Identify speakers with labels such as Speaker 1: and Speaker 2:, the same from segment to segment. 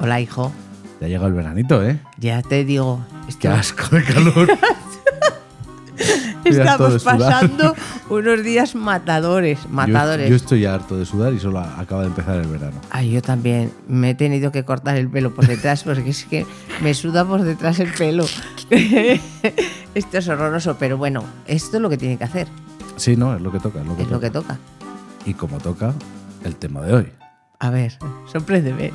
Speaker 1: Hola, hijo.
Speaker 2: Ya ha llegado el veranito, ¿eh?
Speaker 1: Ya te digo.
Speaker 2: Qué
Speaker 1: esto-
Speaker 2: asco de calor. Mira, todo
Speaker 1: estamos
Speaker 2: sudado.
Speaker 1: pasando unos días matadores. Matadores.
Speaker 2: Yo, yo estoy harto de sudar y solo acaba de empezar el verano.
Speaker 1: Ay, yo también. Me he tenido que cortar el pelo por detrás porque es que me suda por detrás el pelo. esto es horroroso, pero bueno, esto es lo que tiene que hacer.
Speaker 2: Sí, no, es lo que toca. Es lo que,
Speaker 1: Es
Speaker 2: toca.
Speaker 1: lo que toca.
Speaker 2: Y como toca, el tema de hoy.
Speaker 1: A ver, sorpréndeme.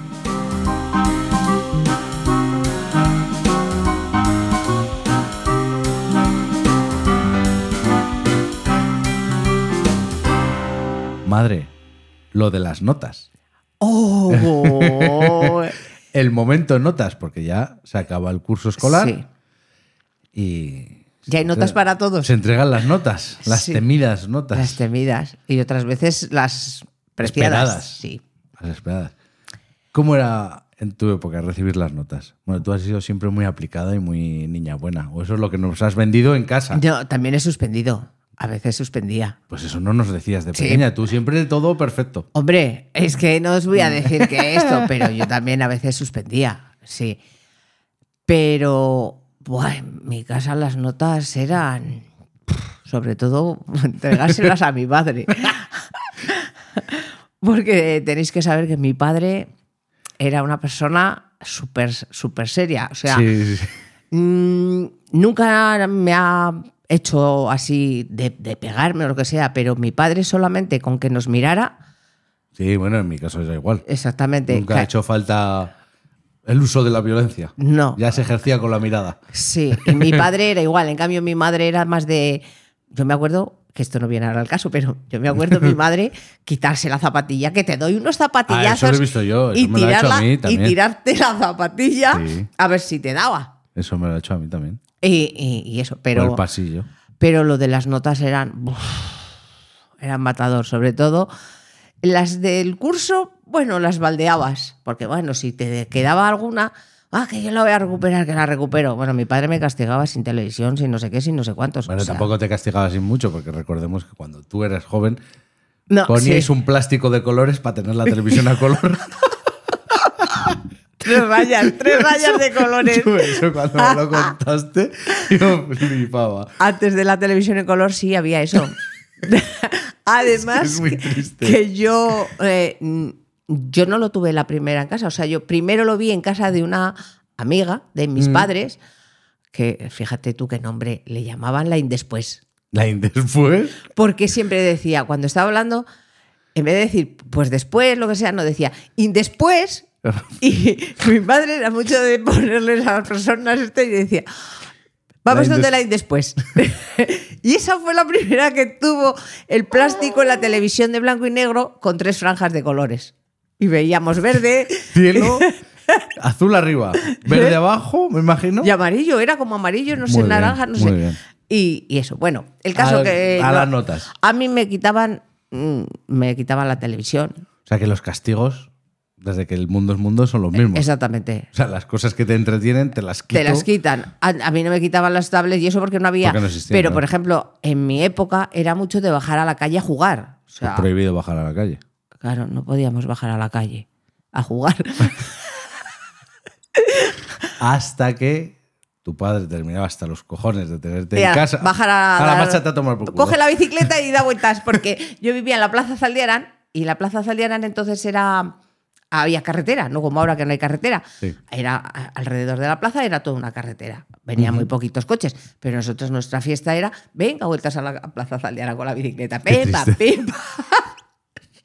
Speaker 2: Madre, lo de las notas.
Speaker 1: ¡Oh!
Speaker 2: El momento notas, porque ya se acaba el curso escolar
Speaker 1: Sí.
Speaker 2: y...
Speaker 1: Ya hay
Speaker 2: Eh,
Speaker 1: notas para todos.
Speaker 2: Se entregan las notas, las
Speaker 1: Sí.
Speaker 2: temidas notas.
Speaker 1: Las temidas. Y otras veces las preciadas.
Speaker 2: Esperadas.
Speaker 1: Sí.
Speaker 2: Las esperadas. ¿Cómo era en tu época recibir las notas? Bueno, tú has sido siempre muy aplicada y muy niña buena. O eso es lo que nos has vendido en casa.
Speaker 1: Yo también he suspendido. A veces suspendía.
Speaker 2: Pues eso no nos decías de
Speaker 1: Sí.
Speaker 2: pequeña. Tú siempre todo perfecto.
Speaker 1: Hombre, es que no os voy a decir que esto, pero yo también a veces suspendía, sí. Pero, buah, en mi casa las notas eran, pff, sobre todo, entregárselas a mi padre. Porque tenéis que saber que mi padre era una persona súper súper seria. O sea,
Speaker 2: Sí, sí, sí.
Speaker 1: Mm, nunca me ha hecho así de, de pegarme o lo que sea, pero mi padre solamente con que nos mirara,
Speaker 2: Sí, bueno, en mi caso era igual.
Speaker 1: exactamente.
Speaker 2: Nunca ha
Speaker 1: Eh, ca-
Speaker 2: hecho falta el uso de la violencia.
Speaker 1: No,
Speaker 2: Ya se ejercía con la mirada.
Speaker 1: sí. Y mi padre era igual, en cambio mi madre era más de... Yo me acuerdo, que esto no viene ahora al caso, pero yo me acuerdo mi madre quitarse la zapatilla, que te doy unos
Speaker 2: Ah,
Speaker 1: zapatillazos
Speaker 2: eso lo he visto yo, eso
Speaker 1: y,
Speaker 2: me lo ha hecho a
Speaker 1: tirarla,
Speaker 2: mí
Speaker 1: y
Speaker 2: también.
Speaker 1: tirarte la zapatilla
Speaker 2: Sí.
Speaker 1: a ver si te daba.
Speaker 2: Eso me lo ha hecho a mí también.
Speaker 1: Y, y- y eso, pero...
Speaker 2: Por Pues el pasillo.
Speaker 1: pero lo de las notas eran buf, eran matador sobre todo las del curso bueno las baldeabas porque bueno si te quedaba alguna ah que yo la voy a recuperar que la recupero bueno mi padre me castigaba sin televisión sin no sé qué sin no sé cuántos
Speaker 2: Bueno,
Speaker 1: o sea,
Speaker 2: tampoco te castigaba así mucho, porque recordemos que cuando tú eras joven
Speaker 1: no,
Speaker 2: poníais
Speaker 1: sí,
Speaker 2: un plástico de colores para tener la televisión a color.
Speaker 1: tres rayas tres rayas de colores
Speaker 2: Yo eso cuando me lo contaste, yo flipaba.
Speaker 1: antes de la televisión en color sí había eso además
Speaker 2: Es muy
Speaker 1: que-
Speaker 2: triste.
Speaker 1: que yo eh, mm, yo no lo tuve la primera en casa. O sea, yo primero lo vi en casa de una amiga de mis
Speaker 2: Mm.
Speaker 1: padres, que fíjate tú qué nombre le llamaban la indespués.
Speaker 2: La in- después.
Speaker 1: Porque siempre decía, cuando estaba hablando, en vez de decir, pues después, lo que sea, no decía, indespués. Y mi padre era mucho de ponerles a las personas esto y decía, vamos
Speaker 2: La indes-
Speaker 1: donde la indespués. y esa fue la primera que tuvo el plástico en la televisión de blanco y negro con tres franjas de colores. Y veíamos verde
Speaker 2: Cielo, azul arriba, verde abajo, me imagino.
Speaker 1: y amarillo, era como amarillo, no sé,
Speaker 2: Muy bien,
Speaker 1: naranja, no
Speaker 2: muy
Speaker 1: sé.
Speaker 2: bien.
Speaker 1: Y, y eso, bueno, el caso
Speaker 2: A-
Speaker 1: que...
Speaker 2: a
Speaker 1: no-
Speaker 2: las notas.
Speaker 1: A mí me quitaban, mm, me quitaban la televisión.
Speaker 2: O sea que los castigos, desde que el mundo es mundo, son los mismos.
Speaker 1: Exactamente.
Speaker 2: O sea, las cosas que te entretienen te las quito.
Speaker 1: Te las quitan. A, a mí no me quitaban las tablets y eso porque no había.
Speaker 2: Porque no existían,
Speaker 1: Pero,
Speaker 2: ¿no?
Speaker 1: por ejemplo, en mi época era mucho de bajar a la calle a jugar.
Speaker 2: Pues
Speaker 1: O sea,
Speaker 2: Prohibido bajar a la calle.
Speaker 1: claro, no podíamos bajar a la calle a jugar.
Speaker 2: Hasta que tu padre terminaba hasta los cojones de tenerte
Speaker 1: Era
Speaker 2: en casa.
Speaker 1: Bajar a,
Speaker 2: la
Speaker 1: dar-
Speaker 2: marcha te a tomar por culo.
Speaker 1: Coge la bicicleta y da vueltas, porque yo vivía en la Plaza Zaldiaran y la Plaza Zaldiaran entonces era. Había carretera, no como ahora que no hay carretera.
Speaker 2: Sí.
Speaker 1: Era a- alrededor de la plaza, era toda una carretera. Venían muy poquitos coches, pero nosotros nuestra fiesta era: venga, vueltas a la Plaza Zaldiaran con la bicicleta.
Speaker 2: Qué
Speaker 1: Pepa,
Speaker 2: triste.
Speaker 1: pepa.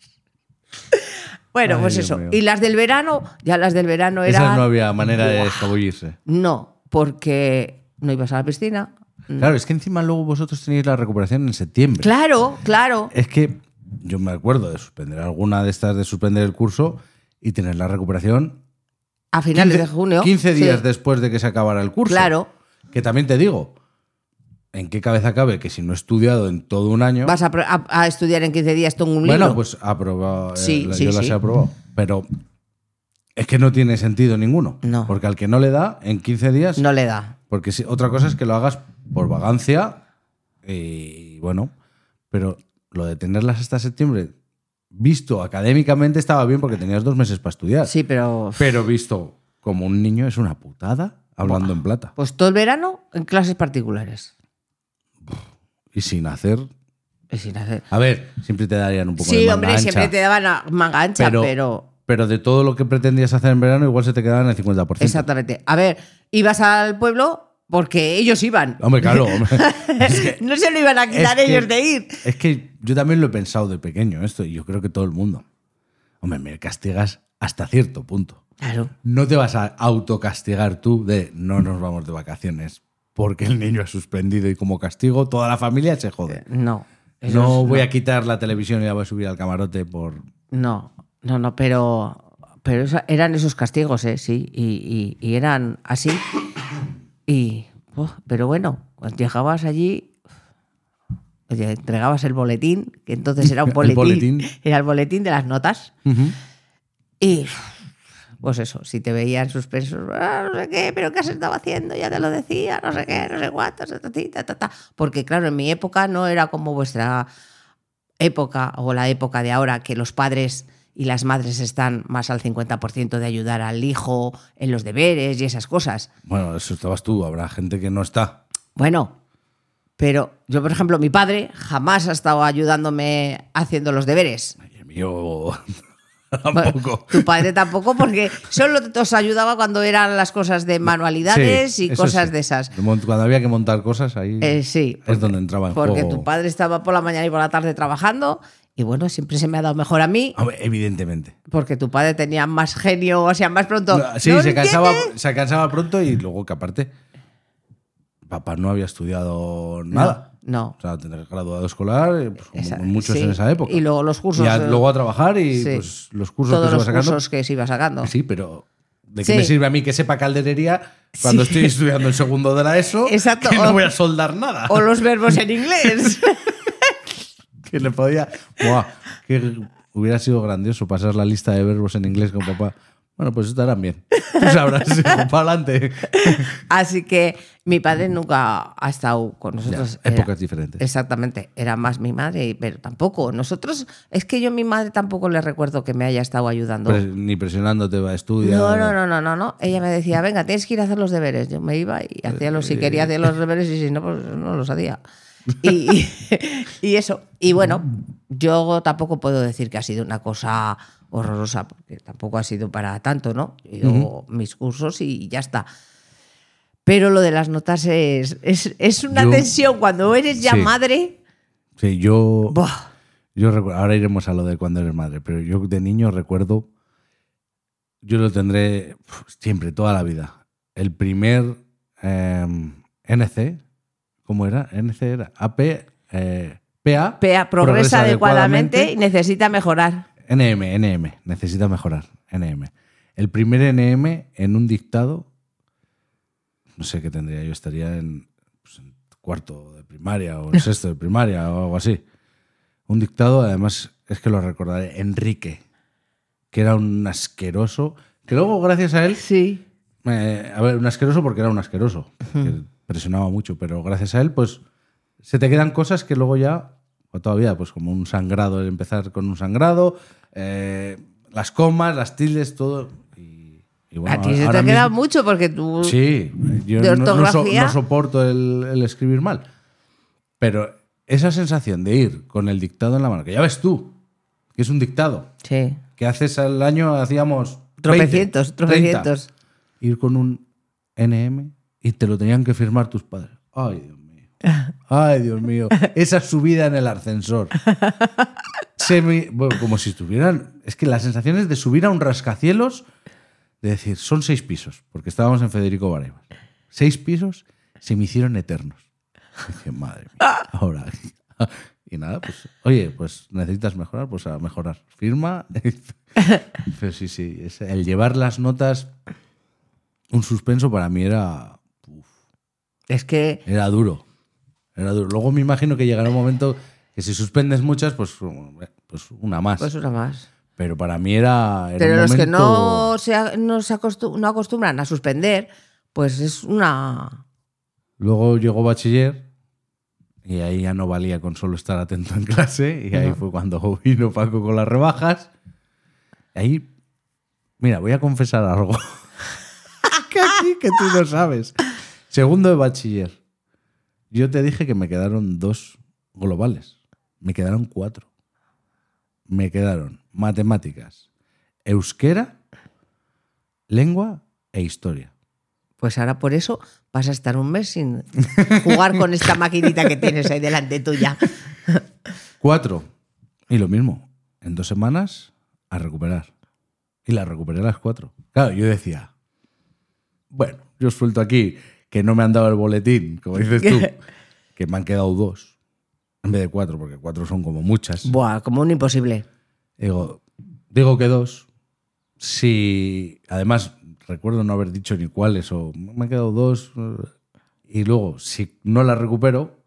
Speaker 1: bueno,
Speaker 2: Ay,
Speaker 1: pues
Speaker 2: Dios
Speaker 1: eso.
Speaker 2: mío.
Speaker 1: Y las del verano, ya las del verano eran.
Speaker 2: Esa no había manera de escabullirse.
Speaker 1: No, porque no ibas a la piscina.
Speaker 2: Claro, es que encima luego vosotros tenéis la recuperación en septiembre.
Speaker 1: Mm. Claro, claro.
Speaker 2: Es que yo me acuerdo de suspender alguna de estas, de suspender el curso y tener la recuperación
Speaker 1: A finales de junio.
Speaker 2: 15
Speaker 1: sí.
Speaker 2: días después de que se acabara el curso.
Speaker 1: Claro.
Speaker 2: Que también te digo, ¿en qué cabeza cabe que si no he estudiado en todo un año...
Speaker 1: Vas a, pro- a- a estudiar en 15 días todo un
Speaker 2: bueno,
Speaker 1: libro.
Speaker 2: pues aprobado. eh,
Speaker 1: Sí,
Speaker 2: la-
Speaker 1: sí,
Speaker 2: yo las
Speaker 1: sí.
Speaker 2: he aprobado. Pero es que no tiene sentido ninguno.
Speaker 1: No.
Speaker 2: Porque al que no le da, en 15 días...
Speaker 1: No le da.
Speaker 2: Porque si- otra cosa es que lo hagas por vagancia y bueno, pero lo de tenerlas hasta septiembre, visto académicamente estaba bien porque tenías dos meses para estudiar.
Speaker 1: Sí, pero.
Speaker 2: Pero visto como un niño es una putada hablando en plata.
Speaker 1: Pues todo el verano en clases particulares.
Speaker 2: Y sin hacer.
Speaker 1: Y sin hacer.
Speaker 2: A ver, siempre te darían un poco de
Speaker 1: Sí,
Speaker 2: manga
Speaker 1: hombre,
Speaker 2: ancha,
Speaker 1: siempre te daban a- manga ancha,
Speaker 2: Pero-
Speaker 1: pero,
Speaker 2: Pero de todo lo que pretendías hacer en verano, igual se te quedaban el 50%.
Speaker 1: Exactamente. A ver, ibas al pueblo porque ellos iban.
Speaker 2: Hombre, claro. hombre. Es que-
Speaker 1: no se lo iban a quitar
Speaker 2: es que-
Speaker 1: ellos de ir.
Speaker 2: Es que yo también lo he pensado de pequeño esto, y yo creo que todo el mundo. Hombre, me castigas hasta cierto punto.
Speaker 1: Claro.
Speaker 2: No te vas a autocastigar tú de no nos vamos de vacaciones porque el niño ha suspendido y como castigo toda la familia se jode.
Speaker 1: No. Eso
Speaker 2: No
Speaker 1: es-
Speaker 2: voy a quitar la televisión y la voy a subir al camarote por...
Speaker 1: No, no, no, pero, pero esa- eran esos castigos, ¿eh? Sí, y, y- y eran así. Y, uf, pero bueno, cuando llegabas allí, oye, entregabas el boletín, que entonces era un
Speaker 2: El
Speaker 1: boletín,
Speaker 2: boletín.
Speaker 1: era el boletín de las notas, y pues eso, si te veían suspensos, "Ah, no sé qué, pero ¿qué has estado haciendo? Ya te lo decía, no sé qué, no sé cuánto, ta, ta, ti, ta, ta, ta". porque claro, en mi época no era como vuestra época o la época de ahora que los padres y las madres están más al 50% de ayudar al hijo en los deberes y esas cosas.
Speaker 2: Bueno, eso estabas tú, habrá gente que no está.
Speaker 1: Bueno, pero yo, por ejemplo, mi padre jamás ha estado ayudándome haciendo los deberes.
Speaker 2: Y el mío tampoco.
Speaker 1: Tu padre tampoco, porque solo os ayudaba cuando eran las cosas de manualidades
Speaker 2: Sí,
Speaker 1: y
Speaker 2: eso
Speaker 1: cosas
Speaker 2: sí.
Speaker 1: de esas.
Speaker 2: Mont- Cuando había que montar cosas ahí
Speaker 1: Eh, sí,
Speaker 2: es donde entraba en
Speaker 1: porque
Speaker 2: juego.
Speaker 1: tu padre estaba por la mañana y por la tarde trabajando y bueno, siempre se me ha dado mejor a mí
Speaker 2: Hombre, Evidentemente.
Speaker 1: porque tu padre tenía más genio, o sea, más pronto.
Speaker 2: No, sí,
Speaker 1: ¿No lo
Speaker 2: se, cansaba,
Speaker 1: entiendes?
Speaker 2: se cansaba pronto y luego que aparte, papá no había estudiado nada.
Speaker 1: No, no.
Speaker 2: O sea, tener graduado escolar, eh, pues, como
Speaker 1: Esa-
Speaker 2: muchos
Speaker 1: sí.
Speaker 2: en esa época.
Speaker 1: Y luego los cursos,
Speaker 2: Y a-
Speaker 1: eh,
Speaker 2: luego a trabajar y
Speaker 1: sí.
Speaker 2: pues, los cursos
Speaker 1: todos
Speaker 2: que
Speaker 1: los
Speaker 2: se va sacando.
Speaker 1: cursos que se iba sacando.
Speaker 2: Sí, pero ¿de qué
Speaker 1: Ah. Sí.
Speaker 2: me sirve a mí que sepa calderería cuando
Speaker 1: Sí.
Speaker 2: estoy estudiando el segundo de la ESO?
Speaker 1: Exacto,
Speaker 2: Que
Speaker 1: o-
Speaker 2: no voy a soldar nada.
Speaker 1: O los verbos en inglés.
Speaker 2: Que le podía. Buah, que hubiera sido grandioso pasar la lista de verbos en inglés con papá. Bueno, pues estarán bien. Tú sabrás, para adelante.
Speaker 1: Así que mi padre nunca ha estado con nosotros. Era-
Speaker 2: Épocas diferentes.
Speaker 1: Exactamente, era más mi madre, y- pero tampoco. Nosotros, es que yo a mi madre tampoco le recuerdo que me haya estado ayudando.
Speaker 2: Pres- ni presionándote va a estudiar.
Speaker 1: No, no, no, no, no, no. Ella me decía, venga, tienes que ir a hacer los deberes. Yo me iba y hacía los,
Speaker 2: Eh.
Speaker 1: si quería hacía los deberes y si no, pues no los hacía. Y, y eso. Y bueno, yo tampoco puedo decir que ha sido una cosa horrorosa, porque tampoco ha sido para tanto, ¿no? Yo mis cursos y ya está. Pero lo de las notas es, es, es una
Speaker 2: Yo-
Speaker 1: tensión. Cuando eres ya
Speaker 2: Sí.
Speaker 1: madre,
Speaker 2: Sí, yo,
Speaker 1: ¡buah!
Speaker 2: yo recuerdo, ahora iremos a lo de cuando eres madre, pero yo de niño recuerdo, yo lo tendré uf, siempre, toda la vida. El primer em, NC, ¿cómo era? NC era AP, eh, PA.
Speaker 1: Pea, progresa, adecuadamente, y
Speaker 2: adecuadamente.
Speaker 1: necesita mejorar.
Speaker 2: NM, NM, necesita mejorar, NM. El primer NM en un dictado, no sé qué tendría, yo estaría en, pues, en cuarto de primaria o en sexto de primaria o algo así. Un dictado, además, es que lo recordaré, Enrique, que era un asqueroso, que luego gracias a él,
Speaker 1: Sí.
Speaker 2: eh, a ver, un asqueroso porque era un asqueroso, que presionaba mucho, pero gracias a él, pues se te quedan cosas que luego ya, o todavía, pues como un sangrado, el empezar con un sangrado, eh, las comas, las tildes, todo. Y, y bueno,
Speaker 1: a ti se te
Speaker 2: ahora
Speaker 1: ha quedado
Speaker 2: mismo-
Speaker 1: mucho porque tú...
Speaker 2: Sí, yo
Speaker 1: de
Speaker 2: no- no, so-
Speaker 1: ortografía.
Speaker 2: no soporto el, el escribir mal. Pero esa sensación de ir con el dictado en la mano, que ya ves tú, que es un dictado,
Speaker 1: Sí.
Speaker 2: que haces al año hacíamos.
Speaker 1: Tropecientos,
Speaker 2: 20, 30.
Speaker 1: tropecientos.
Speaker 2: Ir con un NM y te lo tenían que firmar tus padres. Ay, Dios mío. Ay, Dios mío. Esa subida en el ascensor. Se me- bueno, como si estuvieran. Es que las sensaciones de subir a un rascacielos, de decir, son seis pisos, porque estábamos en Federico Varemas. Seis pisos se me hicieron eternos. Dije, madre mía. Ahora. Y nada, pues, oye, pues necesitas mejorar, pues a mejorar. Firma. Pero sí, sí, es- el llevar las notas, un suspenso para mí era,
Speaker 1: Es que
Speaker 2: era duro. Era duro. Luego me imagino que llegará un momento que si suspendes muchas, pues, como, eh, pues una más.
Speaker 1: pues una más.
Speaker 2: Pero para mí era. era
Speaker 1: Pero
Speaker 2: un
Speaker 1: los que
Speaker 2: momento-
Speaker 1: no se, a- no se acostu- no acostumbran a suspender, pues es una...
Speaker 2: Luego llegó bachiller Y ahí ya no valía con solo estar atento en clase. Y ahí fue cuando vino Paco con las rebajas. Ahí, mira, voy a confesar algo. que aquí, que tú no sabes. Segundo de bachiller. Yo te dije que me quedaron dos globales. Me quedaron cuatro. Me quedaron matemáticas, euskera, lengua e historia.
Speaker 1: Pues ahora por eso vas a estar un mes sin jugar con esta maquinita que tienes ahí delante tuya.
Speaker 2: Cuatro. Y lo mismo. En dos semanas a recuperar. Y las recuperé las cuatro. Claro, yo decía, bueno, yo suelto aquí que no me han dado el boletín, como dices tú, que me han quedado dos en vez de cuatro, porque cuatro son como muchas.
Speaker 1: Buah, como un imposible.
Speaker 2: Digo, digo que dos. Si, además, recuerdo no haber dicho ni cuáles, o me han quedado dos, y luego, si no las recupero,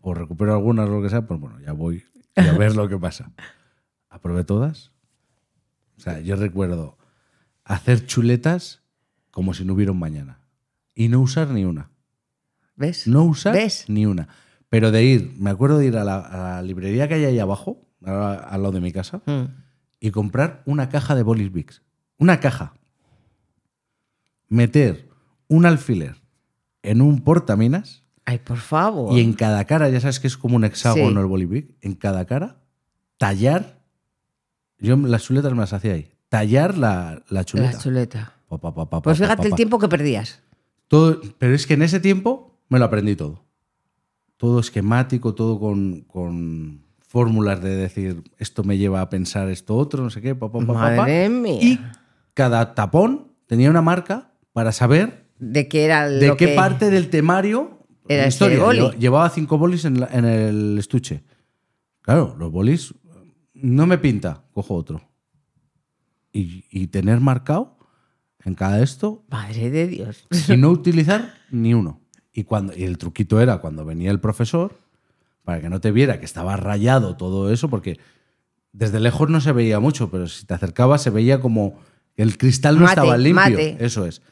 Speaker 2: o recupero algunas o lo que sea, pues bueno, ya voy y a ver lo que pasa. ¿Aprobé todas? O sea, yo recuerdo hacer chuletas como si no hubiera un mañana. Y no usar ni una.
Speaker 1: ¿Ves?
Speaker 2: No usar
Speaker 1: ¿Ves?
Speaker 2: ni una. Pero de ir, me acuerdo de ir a la, a la librería que hay ahí abajo, a- al lado de mi casa,
Speaker 1: Mm.
Speaker 2: y comprar una caja de bolis Bix. Una caja. Meter un alfiler en un portaminas
Speaker 1: Ay, por favor.
Speaker 2: y en cada cara, ya sabes que es como un hexágono
Speaker 1: Sí.
Speaker 2: el bolis Bix, en cada cara tallar. Yo las chuletas me las hacía ahí. Tallar la, la chuleta.
Speaker 1: La chuleta.
Speaker 2: Pa, pa, pa, pa,
Speaker 1: Pues
Speaker 2: pa, pa,
Speaker 1: fíjate el
Speaker 2: pa.
Speaker 1: tiempo que perdías.
Speaker 2: Todo- pero es que en ese tiempo me lo aprendí todo. Todo esquemático, todo con, con fórmulas de decir esto me lleva a pensar esto otro, no sé qué, pa, pa, pa, pa, pa.
Speaker 1: Madre mía.
Speaker 2: Y cada tapón tenía una marca para saber
Speaker 1: ¿De qué era
Speaker 2: de
Speaker 1: lo
Speaker 2: qué
Speaker 1: que-
Speaker 2: parte del temario
Speaker 1: Era ese
Speaker 2: historia.
Speaker 1: boli.
Speaker 2: Lle- Llevaba cinco bolis en, la- en el estuche. Claro, los bolis no me pinta, cojo otro. Y, y tener marcado en cada esto
Speaker 1: Madre de Dios.
Speaker 2: y no utilizar ni uno. Y, cuando, y el truquito era cuando venía el profesor, para que no te viera que estaba rayado todo eso, porque desde lejos no se veía mucho, pero si te acercabas se veía como que el cristal no
Speaker 1: Mate,
Speaker 2: estaba limpio.
Speaker 1: mate.
Speaker 2: Eso es.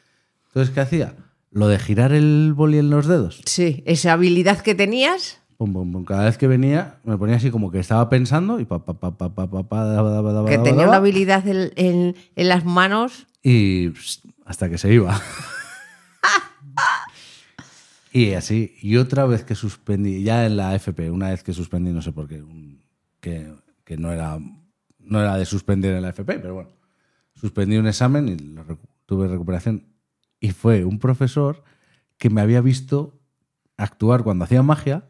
Speaker 2: Entonces, ¿qué hacía? Lo de girar el boli en los dedos.
Speaker 1: Sí, esa habilidad que tenías.
Speaker 2: Pum, pum, pum. Cada vez que venía me ponía así como que estaba pensando y pa, pa, pa, pa, pa, pa, pa, daba, daba, daba,
Speaker 1: Que
Speaker 2: daba,
Speaker 1: tenía
Speaker 2: daba.
Speaker 1: una habilidad en, en- en las manos.
Speaker 2: Y pss, hasta que se iba. y así. Y otra vez que suspendí, ya en la FP, una vez que suspendí, no sé por qué, un- que, que no, era, no era de suspender en la FP, pero bueno. Suspendí un examen y lo recu- tuve recuperación. Y fue un profesor que me había visto actuar cuando hacía magia,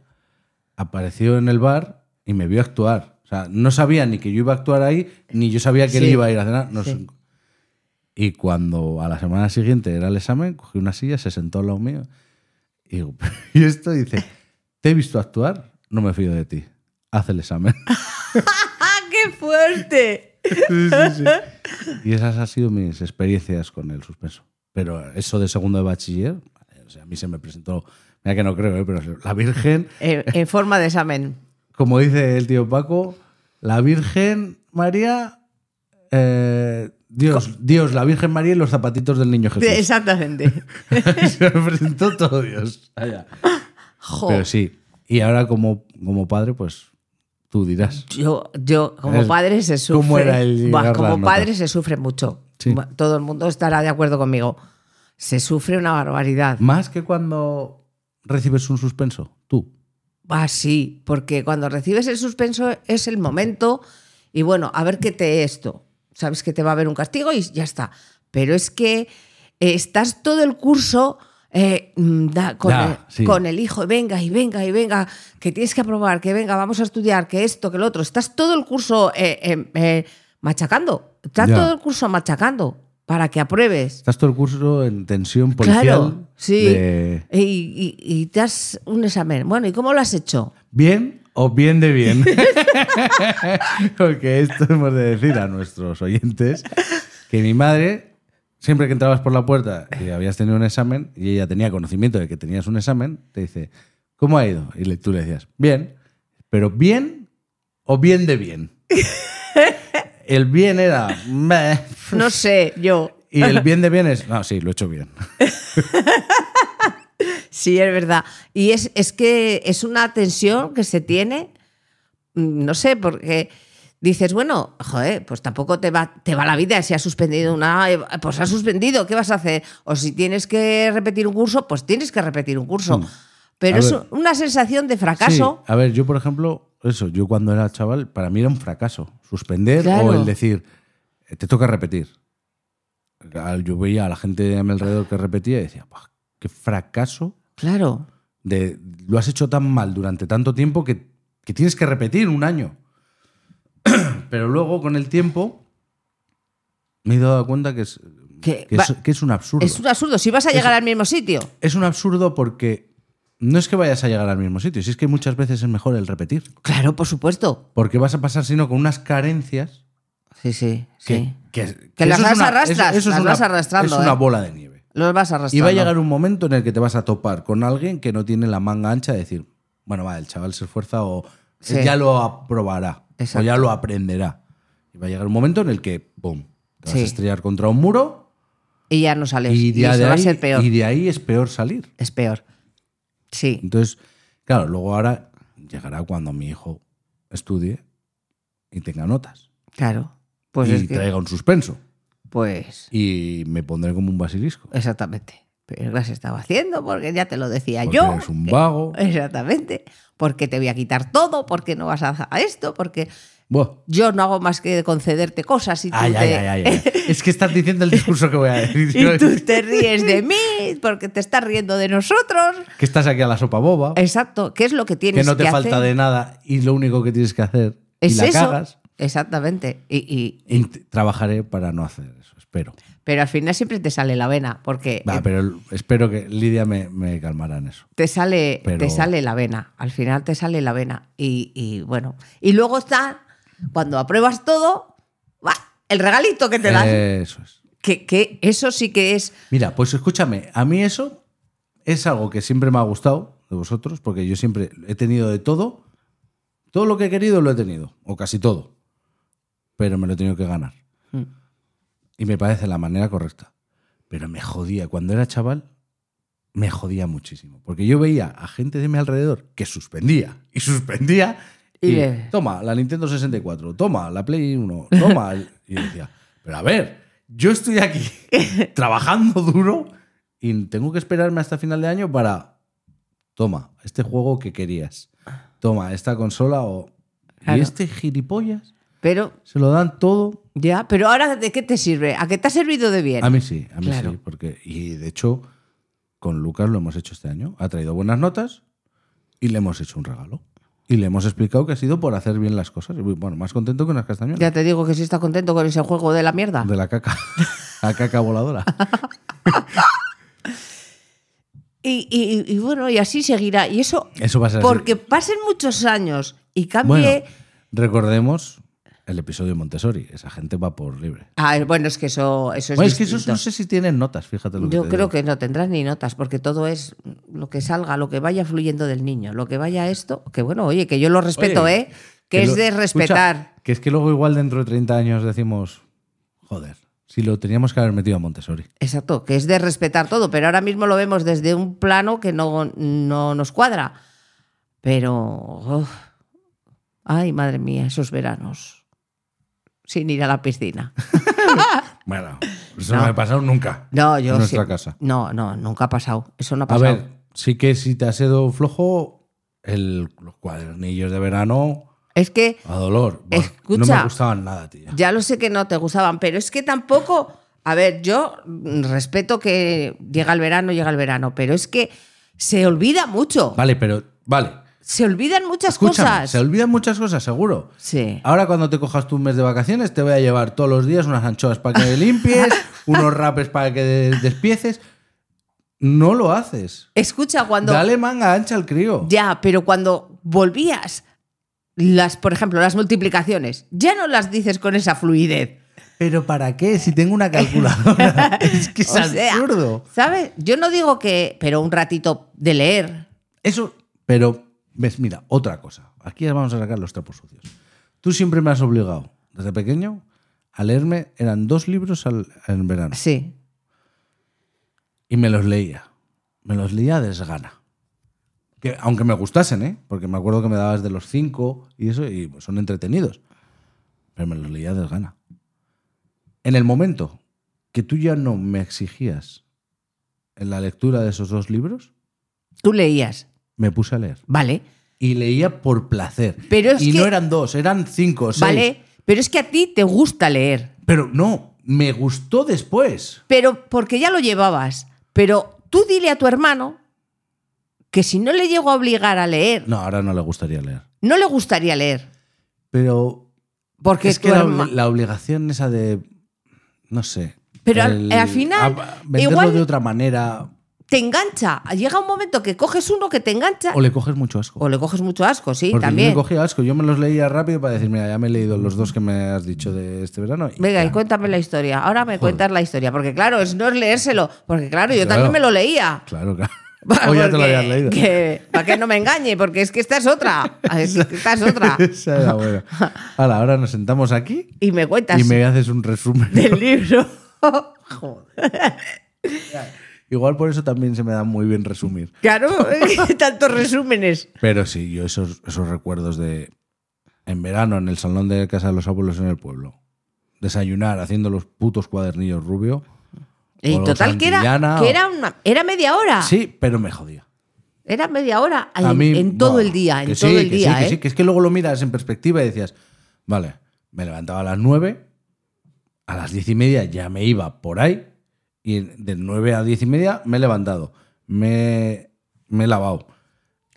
Speaker 2: apareció en el bar y me vio actuar. O sea, no sabía ni que yo iba a actuar ahí, ni yo sabía que él
Speaker 1: Sí.
Speaker 2: iba a ir a cenar. Nos-
Speaker 1: Sí.
Speaker 2: y cuando a la semana siguiente era el examen, cogí una silla, se sentó al lado mío. Y, digo, y esto dice, te he visto actuar, no me fío de ti. Haz el examen.
Speaker 1: ¡Ah, qué fuerte!
Speaker 2: Sí, sí, sí. Y esas han sido mis experiencias con el suspenso. Pero eso de segundo de bachiller, o sea, a mí se me presentó, mira que no creo, ¿eh? pero la Virgen,
Speaker 1: En, en forma de examen.
Speaker 2: como dice el tío Paco, la Virgen María, eh, Dios, Dios, la Virgen María y los zapatitos del niño Jesús.
Speaker 1: Exactamente.
Speaker 2: se me presentó todo Dios. Vaya.
Speaker 1: Jo,
Speaker 2: Pero sí, y ahora como, como padre, pues tú dirás.
Speaker 1: yo, yo, como
Speaker 2: El-
Speaker 1: padre, se sufre.
Speaker 2: ¿cómo era el
Speaker 1: Buah,
Speaker 2: llegar la
Speaker 1: como
Speaker 2: nota?
Speaker 1: padre, se sufre mucho.
Speaker 2: Sí.
Speaker 1: Buah, Todo el mundo estará de acuerdo conmigo. Se sufre una barbaridad.
Speaker 2: Más que cuando recibes un suspenso, tú.
Speaker 1: Ah, sí, porque cuando recibes el suspenso es el momento y bueno, a ver qué te esto. Sabes que te va a haber un castigo y ya está. Pero es que eh, estás todo el curso eh, mm, da- con,
Speaker 2: Ya,
Speaker 1: el,
Speaker 2: sí.
Speaker 1: con el hijo, venga y venga y venga, que tienes que aprobar, que venga, vamos a estudiar, que esto, que lo otro. Estás todo el curso eh, eh, eh, machacando. Estás
Speaker 2: Ya.
Speaker 1: todo el curso machacando para que apruebes.
Speaker 2: Estás todo el curso en tensión policial.
Speaker 1: Claro, sí.
Speaker 2: de
Speaker 1: Y, y- y te das un examen. Bueno, ¿y cómo lo has hecho?
Speaker 2: bien o bien de bien. Porque esto hemos de decir a nuestros oyentes que mi madre, siempre que entrabas por la puerta y habías tenido un examen, y ella tenía conocimiento de que tenías un examen, te dice, ¿cómo ha ido? Y le- tú le decías, bien, pero bien o bien de bien. El bien era... "Meh".
Speaker 1: No sé, yo.
Speaker 2: Y el bien de bien es, no, sí, lo he hecho bien.
Speaker 1: Sí, es verdad. Y es, es que es una tensión que se tiene, mm, no sé, porque dices, bueno, joder, pues tampoco te va, te va la vida. Si has suspendido una, eh, pues has suspendido, ¿qué vas a hacer? O si tienes que repetir un curso, pues tienes que repetir un curso.
Speaker 2: Mm.
Speaker 1: Pero
Speaker 2: A
Speaker 1: es
Speaker 2: ver.
Speaker 1: una sensación de fracaso.
Speaker 2: Sí, a ver, yo por ejemplo, eso, yo cuando era chaval, para mí era un fracaso. Suspender
Speaker 1: Claro.
Speaker 2: o el decir, eh, te toca repetir. Al- Yo veía a la gente a mi alrededor que repetía y decía, "Buah, qué fracaso
Speaker 1: Claro,
Speaker 2: de lo has hecho tan mal durante tanto tiempo que, que tienes que repetir un año. Pero luego, con el tiempo, me he dado cuenta que es,
Speaker 1: Que
Speaker 2: que
Speaker 1: va-
Speaker 2: es, que es un absurdo.
Speaker 1: es un absurdo. Si vas a llegar al mismo sitio.
Speaker 2: es un absurdo porque no es que vayas a llegar al mismo sitio, si es que muchas veces es mejor el repetir.
Speaker 1: Claro, por supuesto.
Speaker 2: Porque vas a pasar, sino con unas carencias
Speaker 1: Sí, sí,
Speaker 2: que,
Speaker 1: sí.
Speaker 2: que,
Speaker 1: Que las
Speaker 2: eso es
Speaker 1: vas arrastras, las vas arrastrando,
Speaker 2: Es una
Speaker 1: ¿eh?
Speaker 2: bola de nieve.
Speaker 1: Los vas arrastrando.
Speaker 2: Y va a llegar un momento en el que te vas a topar con alguien que no tiene la manga ancha de decir, bueno, va, el chaval se esfuerza o
Speaker 1: Sí.
Speaker 2: ya lo aprobará
Speaker 1: Exacto.
Speaker 2: o ya lo aprenderá. Y va a llegar un momento en el que, ¡pum!, te vas
Speaker 1: Sí.
Speaker 2: a estrellar contra un muro
Speaker 1: Y ya no sales.
Speaker 2: y
Speaker 1: Y,
Speaker 2: de,
Speaker 1: eso
Speaker 2: de
Speaker 1: va a
Speaker 2: ahí,
Speaker 1: ser peor.
Speaker 2: y de ahí es peor salir.
Speaker 1: Es peor. Sí,
Speaker 2: Entonces, claro, luego ahora llegará cuando mi hijo estudie y tenga notas
Speaker 1: claro. Pues
Speaker 2: y
Speaker 1: es que-
Speaker 2: traiga un suspenso.
Speaker 1: Pues.
Speaker 2: y me pondré como un basilisco.
Speaker 1: Exactamente. Pero las estaba haciendo porque ya te lo decía
Speaker 2: Porque
Speaker 1: Ah, yo. eh,
Speaker 2: eres un
Speaker 1: que-
Speaker 2: vago.
Speaker 1: Exactamente. Porque te voy a quitar todo, porque no vas a, a esto, porque
Speaker 2: Buah.
Speaker 1: yo no hago más que concederte cosas y tú,
Speaker 2: Ay,
Speaker 1: te,
Speaker 2: ay, ay, ay, ay. Es que estás diciendo el discurso que voy a decir.
Speaker 1: y tú te ríes de mí, porque te estás riendo de nosotros.
Speaker 2: Que estás aquí a la sopa boba,
Speaker 1: Exacto. ¿Qué es lo que Eh, tienes
Speaker 2: que
Speaker 1: que
Speaker 2: no te falta
Speaker 1: hacer?
Speaker 2: de nada y lo único que tienes que hacer
Speaker 1: Es
Speaker 2: y la
Speaker 1: eso.
Speaker 2: cagas.
Speaker 1: Exactamente. Y- y,
Speaker 2: Y t- trabajaré para no hacer eso, espero.
Speaker 1: pero al final siempre te sale la vena, porque
Speaker 2: Va,
Speaker 1: eh,
Speaker 2: pero el- espero que Lidia me, me calmará en eso.
Speaker 1: te sale,
Speaker 2: Pero-
Speaker 1: te sale la vena. Al final te sale la vena. Y, y bueno. Y luego está, cuando apruebas todo, ¡buah! el regalito que te dan.
Speaker 2: Eso es.
Speaker 1: Que, que eso sí que es.
Speaker 2: Mira, pues escúchame, a mí eso es algo que siempre me ha gustado de vosotros, porque yo siempre he tenido de todo. Todo lo que he querido lo he tenido, o casi todo. Pero me lo he tenido que ganar.
Speaker 1: Mm.
Speaker 2: Y me parece la manera correcta. Pero me jodía, cuando era chaval, me jodía muchísimo. Porque yo veía a gente de mi alrededor que suspendía y suspendía.
Speaker 1: Y
Speaker 2: Y,
Speaker 1: le-
Speaker 2: toma, la Nintendo 64, toma, la Play 1, toma. el-". Y decía, pero a ver, yo estoy aquí trabajando duro y tengo que esperarme hasta final de año para. Toma, este juego que querías. Toma, esta consola o.
Speaker 1: Claro.
Speaker 2: Y este gilipollas
Speaker 1: Pero,
Speaker 2: se lo dan todo.
Speaker 1: ya, pero ahora ¿de qué te sirve? ¿A qué te ha servido de bien?
Speaker 2: A mí sí, a mí
Speaker 1: Claro.
Speaker 2: sí. Porque, y de hecho, con Lucas lo hemos hecho este año. Ha traído buenas notas y le hemos hecho un regalo. Y le hemos explicado que ha sido por hacer bien las cosas. Y bueno, más contento que unas castañuelas.
Speaker 1: Ya te digo que sí está contento con ese juego de la mierda.
Speaker 2: De la caca. La caca voladora.
Speaker 1: Y, y- y bueno, y así seguirá. Y eso,
Speaker 2: Eso va a ser así.
Speaker 1: porque pasen muchos años y
Speaker 2: Bueno,
Speaker 1: cambie.
Speaker 2: recordemos el episodio de Montessori. Esa gente va por libre.
Speaker 1: Ah, bueno, es que eso, eso es.
Speaker 2: Bueno, es que esos
Speaker 1: distinto.
Speaker 2: no sé si tienen notas, fíjate lo que
Speaker 1: Yo
Speaker 2: te
Speaker 1: creo
Speaker 2: digo.
Speaker 1: que no tendrás ni notas, porque todo es lo que salga, lo que vaya fluyendo del niño, lo que vaya esto, que bueno, oye, que yo lo respeto,
Speaker 2: Oye,
Speaker 1: ¿eh? Que, es
Speaker 2: lo-
Speaker 1: de respetar.
Speaker 2: escucha, que es que luego igual dentro de 30 años decimos, joder, si lo teníamos que haber metido a Montessori.
Speaker 1: Exacto, que es de respetar todo, pero ahora mismo lo vemos desde un plano que no, no nos cuadra. Pero. uf, ay, madre mía, esos veranos. Sin ir a la piscina.
Speaker 2: Bueno, eso
Speaker 1: No.
Speaker 2: no, me ha pasado nunca.
Speaker 1: No, yo.
Speaker 2: En nuestra
Speaker 1: sí-
Speaker 2: casa.
Speaker 1: No, no, nunca ha pasado. Eso no ha
Speaker 2: A
Speaker 1: pasado.
Speaker 2: ver, sí que si te has ido flojo, el, los cuadernillos de verano
Speaker 1: Es que.
Speaker 2: a dolor. Buah, no
Speaker 1: Escucha.
Speaker 2: me gustaban nada, tía.
Speaker 1: Ya lo sé que no te gustaban, pero es que tampoco. A ver, yo mm, respeto que llega el verano, llega el verano, pero es que se olvida mucho.
Speaker 2: Vale, pero, vale.
Speaker 1: Se olvidan muchas
Speaker 2: Escúchame,
Speaker 1: cosas.
Speaker 2: se olvidan muchas cosas, seguro.
Speaker 1: Sí.
Speaker 2: Ahora cuando te cojas tu mes de vacaciones te voy a llevar todos los días unas anchoas para que limpies, unos rapes para que de- despieces. No lo haces.
Speaker 1: Escucha, cuando.
Speaker 2: Dale manga ancha al crío.
Speaker 1: Ya, pero cuando volvías, las, por ejemplo, las multiplicaciones, ya no las dices con esa fluidez.
Speaker 2: Pero ¿para qué? Si tengo una calculadora. es que es
Speaker 1: O sea,
Speaker 2: absurdo.
Speaker 1: ¿Sabes? Yo no digo que. Pero un ratito de leer.
Speaker 2: Eso, pero ves, mira, otra cosa. Aquí ya vamos a sacar los trapos sucios. Tú siempre me has obligado, desde pequeño, a leerme, eran dos libros al, en verano.
Speaker 1: Sí.
Speaker 2: Y me los leía. me los leía a desgana. Que, aunque me gustasen, ¿eh? Porque me acuerdo que me dabas de los cinco y eso, y pues, son entretenidos. Pero me los leía a desgana. En el momento que tú ya no me exigías en la lectura de esos dos libros,
Speaker 1: Tú leías,
Speaker 2: me puse a leer.
Speaker 1: ¿vale?
Speaker 2: Y leía por placer.
Speaker 1: Pero es
Speaker 2: y no
Speaker 1: que-
Speaker 2: eran dos, eran cinco o seis.
Speaker 1: ¿Vale? Pero es que a ti te gusta leer,
Speaker 2: Pero no, me gustó después.
Speaker 1: pero porque ya lo llevabas. Pero tú dile a tu hermano que si no le llego a obligar a leer,
Speaker 2: No, ahora no le gustaría leer.
Speaker 1: no le gustaría leer.
Speaker 2: Pero
Speaker 1: Porque
Speaker 2: es que
Speaker 1: tu
Speaker 2: la,
Speaker 1: herma-
Speaker 2: la obligación esa de. No sé.
Speaker 1: Pero al- al final,
Speaker 2: a- venderlo
Speaker 1: igual-
Speaker 2: de otra manera.
Speaker 1: te engancha. Llega un momento que coges uno que te engancha
Speaker 2: O le coges mucho asco.
Speaker 1: o le coges mucho asco, sí,
Speaker 2: Porque
Speaker 1: también.
Speaker 2: yo me cogía asco. Yo me los leía rápido para decir, mira, ya me he leído los dos que me has dicho de este verano. y
Speaker 1: Venga, y
Speaker 2: ya.
Speaker 1: cuéntame la historia. Ahora me cuentas la historia, porque claro, es no es leérselo, porque claro, yo
Speaker 2: Claro.
Speaker 1: también me lo leía.
Speaker 2: Claro, claro. o ya te lo habías leído.
Speaker 1: para que no me engañe, porque es que esta es otra. Es que esta es otra.
Speaker 2: Esa era buena. Ahora, ahora nos sentamos aquí
Speaker 1: Y me cuentas
Speaker 2: y me haces un resumen.
Speaker 1: del libro. Joder.
Speaker 2: Igual por eso también se me da muy bien resumir.
Speaker 1: Claro, tantos resúmenes.
Speaker 2: Pero sí, yo esos, esos recuerdos de en verano en el salón de casa de los abuelos en el pueblo, desayunar haciendo los putos cuadernillos rubio.
Speaker 1: Y
Speaker 2: o
Speaker 1: total que era,
Speaker 2: Santillana,
Speaker 1: que
Speaker 2: o-
Speaker 1: era una, era media hora.
Speaker 2: Sí, pero me jodía.
Speaker 1: Era media hora
Speaker 2: A
Speaker 1: en,
Speaker 2: mí,
Speaker 1: en todo
Speaker 2: buah,
Speaker 1: el día,
Speaker 2: que
Speaker 1: en
Speaker 2: sí,
Speaker 1: todo el
Speaker 2: que
Speaker 1: día,
Speaker 2: sí, que
Speaker 1: ¿eh?
Speaker 2: sí, que es que luego lo miras en perspectiva y decías, vale, me levantaba a las 9, a las diez y media ya me iba por ahí, y de 9 a diez y media me he levantado, me, me he lavado,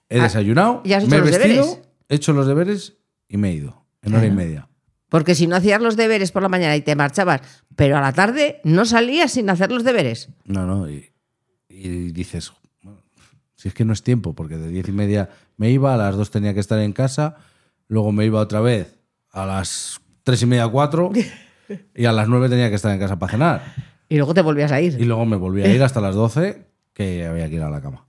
Speaker 2: he
Speaker 1: Ah,
Speaker 2: desayunado,
Speaker 1: ¿y has hecho
Speaker 2: me he
Speaker 1: los
Speaker 2: vestido,
Speaker 1: deberes?
Speaker 2: he hecho los deberes y me he ido en hora y
Speaker 1: Claro.
Speaker 2: media.
Speaker 1: Porque si no hacías los deberes por la mañana y te marchabas, pero a la tarde no salías sin hacer los deberes.
Speaker 2: No, no, y, y dices, bueno, si es que no es tiempo, porque de diez y media me iba, a las dos tenía que estar en casa, luego me iba otra vez a las tres y media, cuatro, y a las nueve tenía que estar en casa para cenar.
Speaker 1: Y luego te volvías a
Speaker 2: Y
Speaker 1: ir.
Speaker 2: luego me volví a ir hasta las doce, que había que ir a la cama.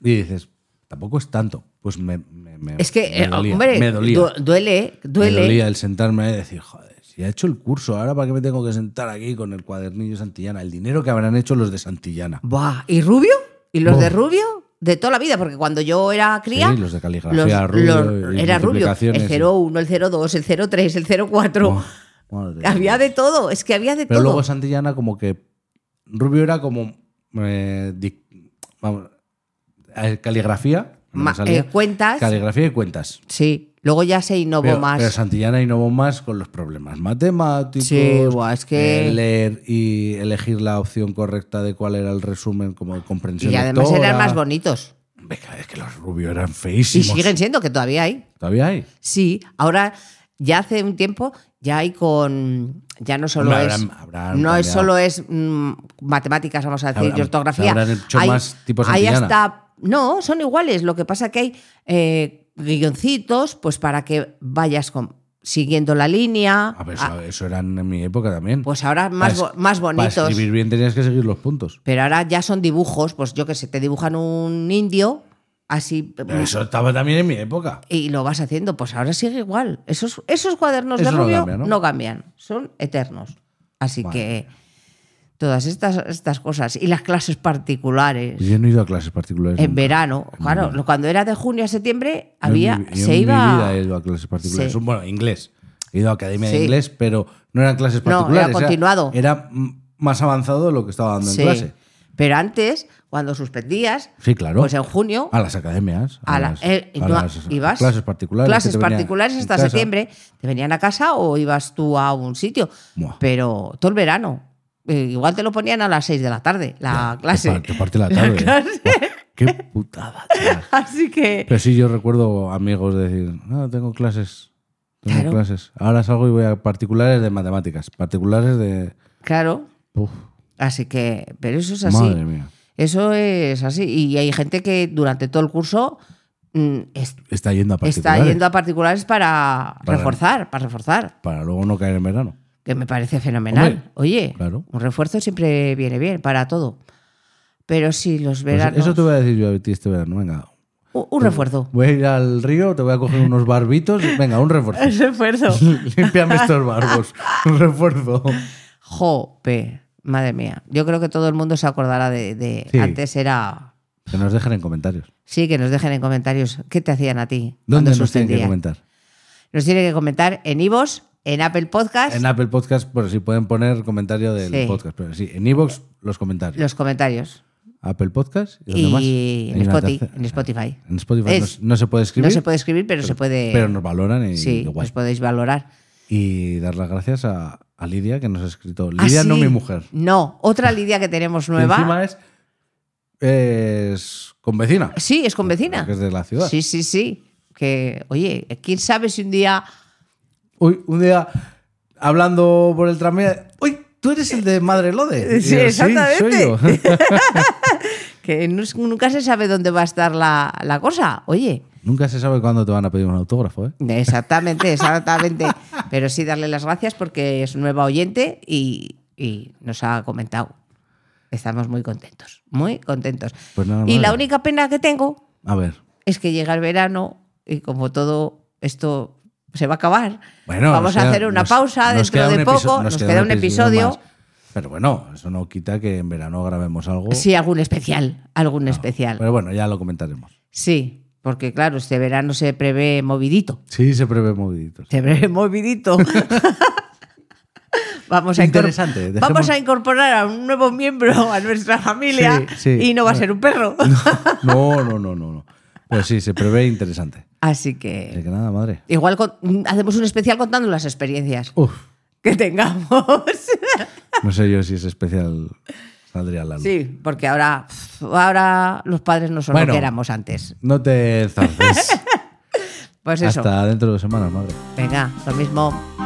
Speaker 2: Y dices, tampoco es tanto. Pues me, me- me-
Speaker 1: Es que,
Speaker 2: me
Speaker 1: eh,
Speaker 2: dolía,
Speaker 1: hombre,
Speaker 2: me dolía.
Speaker 1: du- duele, duele.
Speaker 2: Me dolía el sentarme y decir, joder, si ha hecho el curso, ahora para qué me tengo que sentar aquí con el cuadernillo Santillana, el dinero que habrán hecho los de Santillana.
Speaker 1: Buah, ¿Y Rubio? ¿Y los
Speaker 2: Buah.
Speaker 1: de Rubio? De toda la vida, porque cuando yo era cría.
Speaker 2: Sí, los de caligrafía,
Speaker 1: los-
Speaker 2: Rubio
Speaker 1: los-
Speaker 2: y
Speaker 1: era Rubio.
Speaker 2: multiplicaciones
Speaker 1: El
Speaker 2: y-
Speaker 1: 01, el 02, el 03, el 04.
Speaker 2: Oh, madre
Speaker 1: había
Speaker 2: mía.
Speaker 1: de todo, es que había de
Speaker 2: Pero
Speaker 1: todo.
Speaker 2: luego Santillana como que... Rubio era como... eh, dic- vamos, eh, caligrafía. no me
Speaker 1: Ma-
Speaker 2: salía.
Speaker 1: eh, cuentas.
Speaker 2: Caligrafía y cuentas.
Speaker 1: Sí, luego ya se innovó
Speaker 2: Pero,
Speaker 1: más.
Speaker 2: pero Santillana innovó más con los problemas matemáticos.
Speaker 1: Sí, buah, es que-
Speaker 2: eh, leer y elegir la opción correcta de cuál era el resumen como comprensión
Speaker 1: y además eran
Speaker 2: lectora.
Speaker 1: más bonitos.
Speaker 2: Venga, es que los Rubio eran
Speaker 1: Y
Speaker 2: feísimos.
Speaker 1: siguen siendo, que todavía hay.
Speaker 2: Todavía hay.
Speaker 1: Sí, ahora ya hace un tiempo ya hay con ya no solo
Speaker 2: Hombre,
Speaker 1: es
Speaker 2: habrán- habrán
Speaker 1: no es
Speaker 2: cambiado.
Speaker 1: solo es mm, matemáticas vamos a decir
Speaker 2: Habrán-
Speaker 1: y ortografía
Speaker 2: habrán hecho más tipo
Speaker 1: hay
Speaker 2: Santillana.
Speaker 1: hasta no son iguales lo que pasa que hay eh, guioncitos pues para que vayas con- siguiendo la línea
Speaker 2: A ver,
Speaker 1: Ah,
Speaker 2: eso, eso eran en mi época también.
Speaker 1: pues ahora más
Speaker 2: Para
Speaker 1: bo- más
Speaker 2: es- Para
Speaker 1: bonitos
Speaker 2: escribir bien tenías que seguir los puntos.
Speaker 1: pero ahora ya son dibujos pues yo que sé te dibujan un indio así
Speaker 2: Pero eso estaba también en mi época.
Speaker 1: y lo vas haciendo, pues ahora sigue igual. Esos, esos cuadernos
Speaker 2: Eso
Speaker 1: de
Speaker 2: no
Speaker 1: Rubio
Speaker 2: cambia,
Speaker 1: no cambian,
Speaker 2: ¿no?
Speaker 1: son eternos. Así
Speaker 2: Madre
Speaker 1: que todas estas, estas cosas y las clases particulares
Speaker 2: Yo no he ido a clases particulares.
Speaker 1: en
Speaker 2: nunca.
Speaker 1: verano,
Speaker 2: En
Speaker 1: claro,
Speaker 2: verano.
Speaker 1: cuando era de junio a septiembre
Speaker 2: Yo
Speaker 1: había
Speaker 2: en mi- yo
Speaker 1: se
Speaker 2: en Mi
Speaker 1: iba
Speaker 2: vida eh, he ido a clases particulares.
Speaker 1: Sí.
Speaker 2: Bueno, inglés. He ido a academia de
Speaker 1: Sí.
Speaker 2: inglés, pero no eran clases
Speaker 1: No, era
Speaker 2: particulares.
Speaker 1: continuado.
Speaker 2: Era m- más avanzado de lo que estaba dando
Speaker 1: sí.
Speaker 2: en clase.
Speaker 1: Pero antes, cuando suspendías,
Speaker 2: Sí, claro.
Speaker 1: pues en junio
Speaker 2: a las academias. A,
Speaker 1: a la-
Speaker 2: las,
Speaker 1: eh, y
Speaker 2: a
Speaker 1: no-
Speaker 2: las
Speaker 1: ibas
Speaker 2: clases particulares. que
Speaker 1: clases
Speaker 2: te venían
Speaker 1: particulares
Speaker 2: en
Speaker 1: hasta
Speaker 2: casa.
Speaker 1: septiembre. Te venían a casa o ibas tú a un sitio,
Speaker 2: Buah.
Speaker 1: pero todo el verano. Eh, igual te lo ponían a las 6 de la tarde, la clase.
Speaker 2: Te par- te parte la tarde.
Speaker 1: clase.
Speaker 2: Buah, qué putada. chaval.
Speaker 1: Así que.
Speaker 2: Pero sí, yo recuerdo amigos decir, no, tengo clases. Tengo
Speaker 1: Claro.
Speaker 2: clases. Ahora salgo y voy a particulares de matemáticas. Particulares de...
Speaker 1: Claro.
Speaker 2: Uf,
Speaker 1: Así que. Pero eso es así.
Speaker 2: Madre mía.
Speaker 1: Eso es así. Y hay gente que durante todo el curso mm, es-
Speaker 2: Está yendo a
Speaker 1: está
Speaker 2: particulares.
Speaker 1: yendo a particulares para,
Speaker 2: Para-
Speaker 1: reforzar, para reforzar.
Speaker 2: Para luego no caer en verano.
Speaker 1: Que me parece fenomenal.
Speaker 2: Hombre,
Speaker 1: Oye,
Speaker 2: claro.
Speaker 1: un refuerzo siempre viene bien para todo. Pero si los
Speaker 2: Pues
Speaker 1: veranos.
Speaker 2: eso te voy a decir yo a ti este verano. Venga,
Speaker 1: un, un refuerzo.
Speaker 2: voy a ir al río, te voy a coger unos barbitos. Venga, un refuerzo.
Speaker 1: refuerzo.
Speaker 2: Límpiame estos barbos. Un refuerzo.
Speaker 1: Jope. Madre mía, yo creo que todo el mundo se acordará de... de-
Speaker 2: Sí.
Speaker 1: Antes era...
Speaker 2: Que nos dejen en comentarios.
Speaker 1: Sí, que nos dejen en comentarios qué te hacían a ti. cuando
Speaker 2: ¿Dónde nos
Speaker 1: suspendían.
Speaker 2: tienen que comentar?
Speaker 1: Nos tienen que comentar en Ivos, en Apple Podcast,
Speaker 2: En Apple Podcast, pues si pueden poner comentario del
Speaker 1: Sí.
Speaker 2: podcast. Pero sí, en Evox, los comentarios.
Speaker 1: los comentarios.
Speaker 2: Apple Podcast y, dónde más?
Speaker 1: Y en,
Speaker 2: Hay una
Speaker 1: Spoti-
Speaker 2: tercera-
Speaker 1: en Spotify.
Speaker 2: En Spotify no
Speaker 1: Es-
Speaker 2: se- no, se puede escribir.
Speaker 1: No se puede escribir, pero, se puede...
Speaker 2: Pero nos valoran y,
Speaker 1: sí,
Speaker 2: y guay.
Speaker 1: os podéis valorar.
Speaker 2: Y dar las gracias a, a Lidia que nos ha escrito.
Speaker 1: Ah,
Speaker 2: Lidia, no
Speaker 1: sí.
Speaker 2: mi mujer.
Speaker 1: No, otra Lidia que tenemos
Speaker 2: Y
Speaker 1: nueva.
Speaker 2: encima es, es con vecina.
Speaker 1: Sí, es con vecina.
Speaker 2: Que es de la ciudad.
Speaker 1: Sí, sí, sí. Que, oye, quién sabe si un día.
Speaker 2: Uy, un día hablando por el tranvía. Uy, tú eres el de Madre Lode.
Speaker 1: Sí,
Speaker 2: Y yo,
Speaker 1: exactamente.
Speaker 2: soy yo".
Speaker 1: Que nu- nunca se sabe dónde va a estar la, la cosa. Oye,
Speaker 2: Nunca se sabe cuándo te van a pedir un autógrafo, ¿eh?
Speaker 1: exactamente, exactamente. Pero sí darle las gracias porque es nueva oyente y, y nos ha comentado. Estamos muy contentos, muy contentos.
Speaker 2: Pues nada,
Speaker 1: y
Speaker 2: madre.
Speaker 1: la única pena que tengo
Speaker 2: A ver.
Speaker 1: es que llega el verano y como todo esto se va a acabar,
Speaker 2: Bueno,
Speaker 1: vamos
Speaker 2: nos
Speaker 1: a
Speaker 2: queda-
Speaker 1: hacer una
Speaker 2: nos-
Speaker 1: pausa
Speaker 2: nos
Speaker 1: dentro
Speaker 2: queda
Speaker 1: de
Speaker 2: un
Speaker 1: poco,
Speaker 2: episo-
Speaker 1: nos, queda, un episodio.
Speaker 2: más. Pero bueno, eso no quita que en verano grabemos algo.
Speaker 1: Sí, algún especial, algún especial.
Speaker 2: Pero Oh. Ah. bueno, ya lo comentaremos.
Speaker 1: Sí, porque claro, este verano se prevé movidito.
Speaker 2: Sí, se prevé moviditos.
Speaker 1: Se prevé movidito. Vamos a, incorpor-
Speaker 2: Interesante, dejemos-
Speaker 1: vamos a incorporar a un nuevo miembro a nuestra familia
Speaker 2: Sí, sí.
Speaker 1: y no va a
Speaker 2: No.
Speaker 1: ser un perro.
Speaker 2: No, no, no, no, no. Pero sí, se prevé interesante.
Speaker 1: Así
Speaker 2: Así
Speaker 1: que
Speaker 2: que nada, madre.
Speaker 1: igual con- hacemos un especial contando las experiencias
Speaker 2: Uf,
Speaker 1: que tengamos.
Speaker 2: no sé yo si es especial saldría a la luz.
Speaker 1: Sí, porque ahora, ahora los padres no son lo
Speaker 2: Bueno.
Speaker 1: que éramos antes.
Speaker 2: No te zarces.
Speaker 1: Pues eso.
Speaker 2: Hasta dentro de dos semanas, madre.
Speaker 1: Venga, lo mismo.